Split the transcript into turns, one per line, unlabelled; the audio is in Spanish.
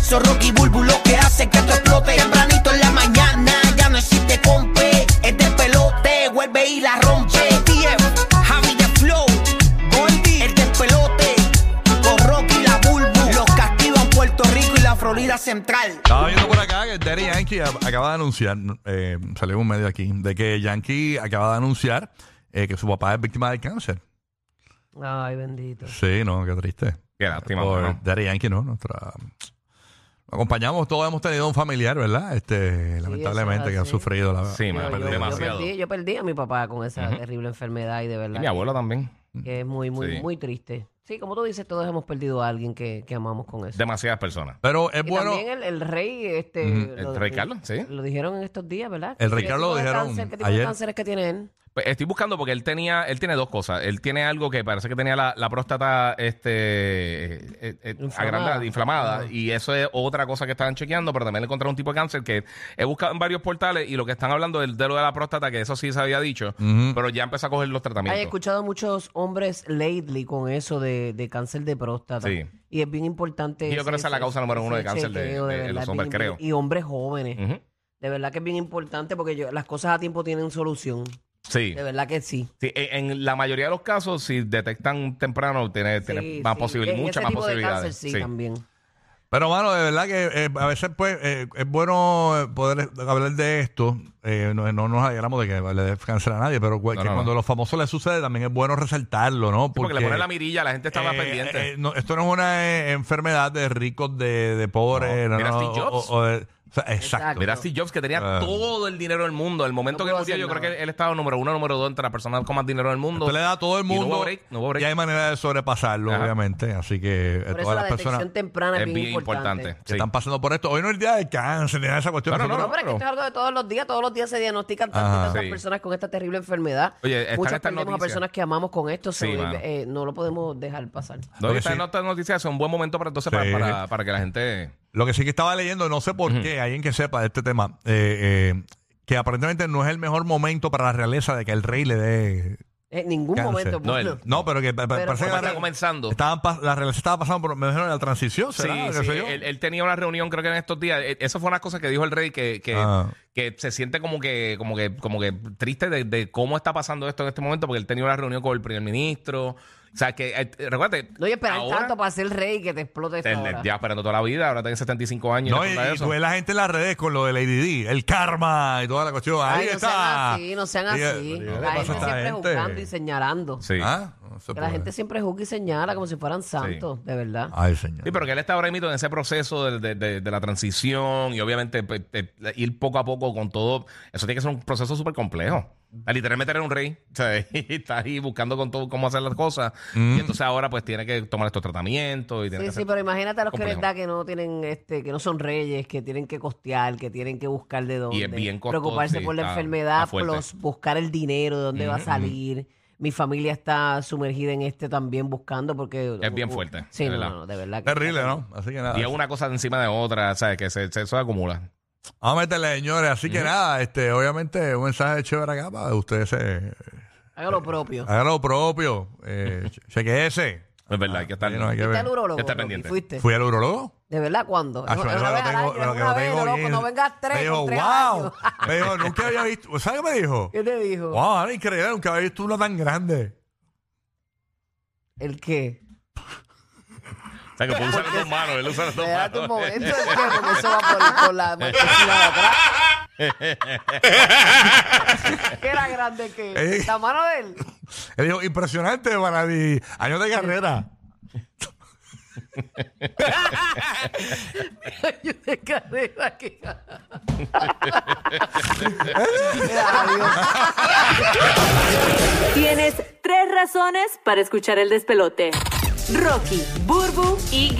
hizo Rocky Bulbu lo que hace que esto explote. Tempranito en la mañana, ya no existe compe. Es de pelote, vuelve y la rompe. TF, Javi de Flow, Goldie, el de pelote. Con Rocky y la Bulbu, los castigan Puerto Rico y la Florida Central.
Estaba viendo por acá que Daddy Yankee a- acaba de anunciar, eh, salió un medio aquí, de que Yankee acaba de anunciar eh, que su papá es víctima de cáncer.
Ay, bendito.
Sí, no, qué triste.
Qué lástima,
Por
mano.
Daddy Yankee, no, nuestra. Acompañamos, todos hemos tenido un familiar, ¿verdad? Este, lamentablemente, que ha
así.
sufrido la
Sí,
Yo-
mano,
yo, yo
demasiado.
perdí, yo perdí a mi papá con esa terrible enfermedad y de
Y
verdad
mi abuelo también.
que es muy, muy,
Sí.
muy triste. Sí, como tú dices, todos hemos perdido a alguien que, que amamos con eso.
Demasiadas personas.
Pero es
y
bueno.
también el, el rey, este...
El
lo-
rey Carlos, sí.
Lo dijeron en estos días, ¿verdad?
El rey
¿Qué
Carlos
tipo de
lo dijeron
cáncer- ¿Qué tipo
ayer.
de cánceres que tiene él?
Pues estoy buscando porque él tenía, él tiene dos cosas. Él tiene algo que parece que tenía la, la próstata este eh, eh,
Inflamada.
agrandada, inflamada.
Ajá.
Y eso es otra cosa que estaban chequeando, pero también le encontraron un tipo de cáncer que he buscado en varios portales y lo que están hablando del de lo de la próstata, que eso sí se había dicho, pero ya empezó a coger los
Ay, he
tratamientos.
escuchado muchos hombres lately con eso de, de cáncer de próstata.
Sí.
Y es bien importante.
Y yo creo que esa es la causa número uno de
ese
cáncer de-
chequeo,
de
verdad,
los
es
hombres,
bien
creo.
impor- Y hombres jóvenes.
Ujú.
De verdad que es bien importante porque yo- las cosas a tiempo tienen solución.
Sí.
De verdad que sí.
Sí, en en la mayoría de los casos, si detectan temprano, tiene, tiene
Sí,
más
sí.
posibilidades,
E-
muchas
ese
más
tipo de
posibilidades.
cáncer, sí,
Sí.
también.
Pero, mano, de verdad que eh, a veces pues eh, es bueno eh, poder eh, hablar de esto. Eh, no, no nos alegramos de que le dé cáncer a nadie, pero que
No, no, no.
cuando a los famosos les sucede también es bueno resaltarlo, ¿no?
Sí, porque le ponen la mirilla, la gente está más
eh,
pendiente.
eh, no, esto no es una eh, enfermedad de ricos, de, de pobres.
No.
No,
Mira
no,
Steve
o-
Jobs.
o- o de- o sea, exacto.
Exacto.
Mira a Steve Jobs que tenía
Ah.
todo el dinero del mundo. El momento
No
que
pudo
murió,
hacer
yo creo
nada.
que él estaba número uno, número dos entre las personas con más dinero del mundo.
Usted le da a todo el
Y no hubo
mundo.
break, no hubo break.
Y hay manera de sobrepasarlo,
Ajá.
obviamente. Así que eh,
Por eso
todas
la
las
detección
personas
temprana es,
es bien importante.
que
Sí.
están pasando por esto. Hoy no es el día del cáncer, ni nada de esa cuestión.
No, no,
Nosotros-
No, pero es que
Claro.
esto es algo de todos los días. Todos los días se diagnostican tantas, y
Ajá.
tantas
Sí.
personas con esta terrible enfermedad.
Oye, están
Muchos
estas
perdemos a
noticias.
personas que amamos con esto.
Sí,
so,
mano.
eh, no lo podemos dejar pasar.
No,
Oye,
estas
sí.
notas- noticias son un buen momento para entonces
Sí.
para, para, para que la gente.
Lo que sí que estaba leyendo, no sé por qué, alguien que sepa de este tema, eh, eh, que aparentemente no es el mejor momento para la realeza de que el rey le dé.
En ningún
Cáncer.
momento.
No,
bueno.
él-
No, pero que pa- pa-
Pero
parece que la,
¿cómo
está
re-
comenzando?
estaban pas- la realeza estaba pasando por, me dijeron, la transición,
Sí,
¿será? ¿Qué
sí,
sé yo?
Él, él tenía una reunión, creo que en estos días. Eh, Eso fue una cosa que dijo el rey que, que,
Ah.
que se siente como que, como que, como que triste de, de cómo está pasando esto en este momento, porque él tenía una reunión con el primer ministro. O sea, que eh, recuérdate.
No, y esperar
ahora,
tanto para ser rey que te explote esta
él-
hora.
Ya esperando toda la vida, ahora tiene 75 años.
No,
le
y,
toca
y
eso.
tú ves la gente en las redes con lo de Lady D, el karma y toda la cuestión. Ahí
Ay, no
está.
sean así, no sean
Y,
así.
eh, ¿qué le
La
pasa a
gente
esta
siempre
gente?
juzgando y señalando.
Sí. pues.
Ah, no se
Que la
puede.
gente siempre juzga y señala como si fueran santos, de verdad.
Ay, señor.
Sí, pero que él está ahora mismo en ese proceso de, de- de- de la transición y obviamente pe- pe- ir poco a poco con todo. Eso tiene que ser un proceso súper complejo. Ah, Literalmente era un rey. o sea, y está ahí buscando con todo cómo hacer las cosas.
Mm.
Y entonces ahora pues tiene que tomar estos tratamientos y tiene
Sí,
que
sí,
hacer-
pero imagínate a los que
complejo.
les da que no tienen, este, que no son reyes, que tienen que costear, que tienen que buscar de dónde.
es bien costoso,
Preocuparse
sí,
por la
está-
enfermedad,
está fuerte.
plus buscar el dinero, de dónde va a salir. Mi familia está sumergida en este también buscando porque...
Es bien fuerte,
Sí,
de
no,
verdad.
no, de verdad. que-
Terrible, ¿no? Así que nada.
Y es una cosa encima de otra, ¿sabes? Que se, se- eso acumula.
Vamos a meterle, señores. Así que nada, este, obviamente, un mensaje chévere acá para que ustedes se,
Haga lo propio.
Haga lo propio. Eh, che- chequeese.
Es verdad, hay que estar.
Sí, no, Ah, hay que
¿Fuiste al
ver.
urólogo?
Está
Rocky?
pendiente.
¿Fuiste?
Fui al urologo.
¿De verdad cuándo?
Ah,
Es
yo
una
lo
vez al
tengo-
año,
lo que
una
lo
vez,
tengo
loco,
bien.
no vengas tres,
Me dijo,
con tres
wow.
años.
Me dijo, nunca había visto. ¿Sabes qué me dijo?
¿Qué te dijo?
Wow, Ana, increíble, nunca había visto una tan grande.
¿El qué?
O sea, que puede usar las dos manos, él usa las dos
Espérate un
manos.
momento, ¿el qué? Porque eso va por, por la marquesina de atrás. ¿Qué era grande que?
Eh.
¿La mano de él?
Él dijo, impresionante, Vanadi. Años de carrera.
Yo de carrera que... Mira, adiós.
Tienes tres razones para escuchar el despelote. Rocky, Burbu y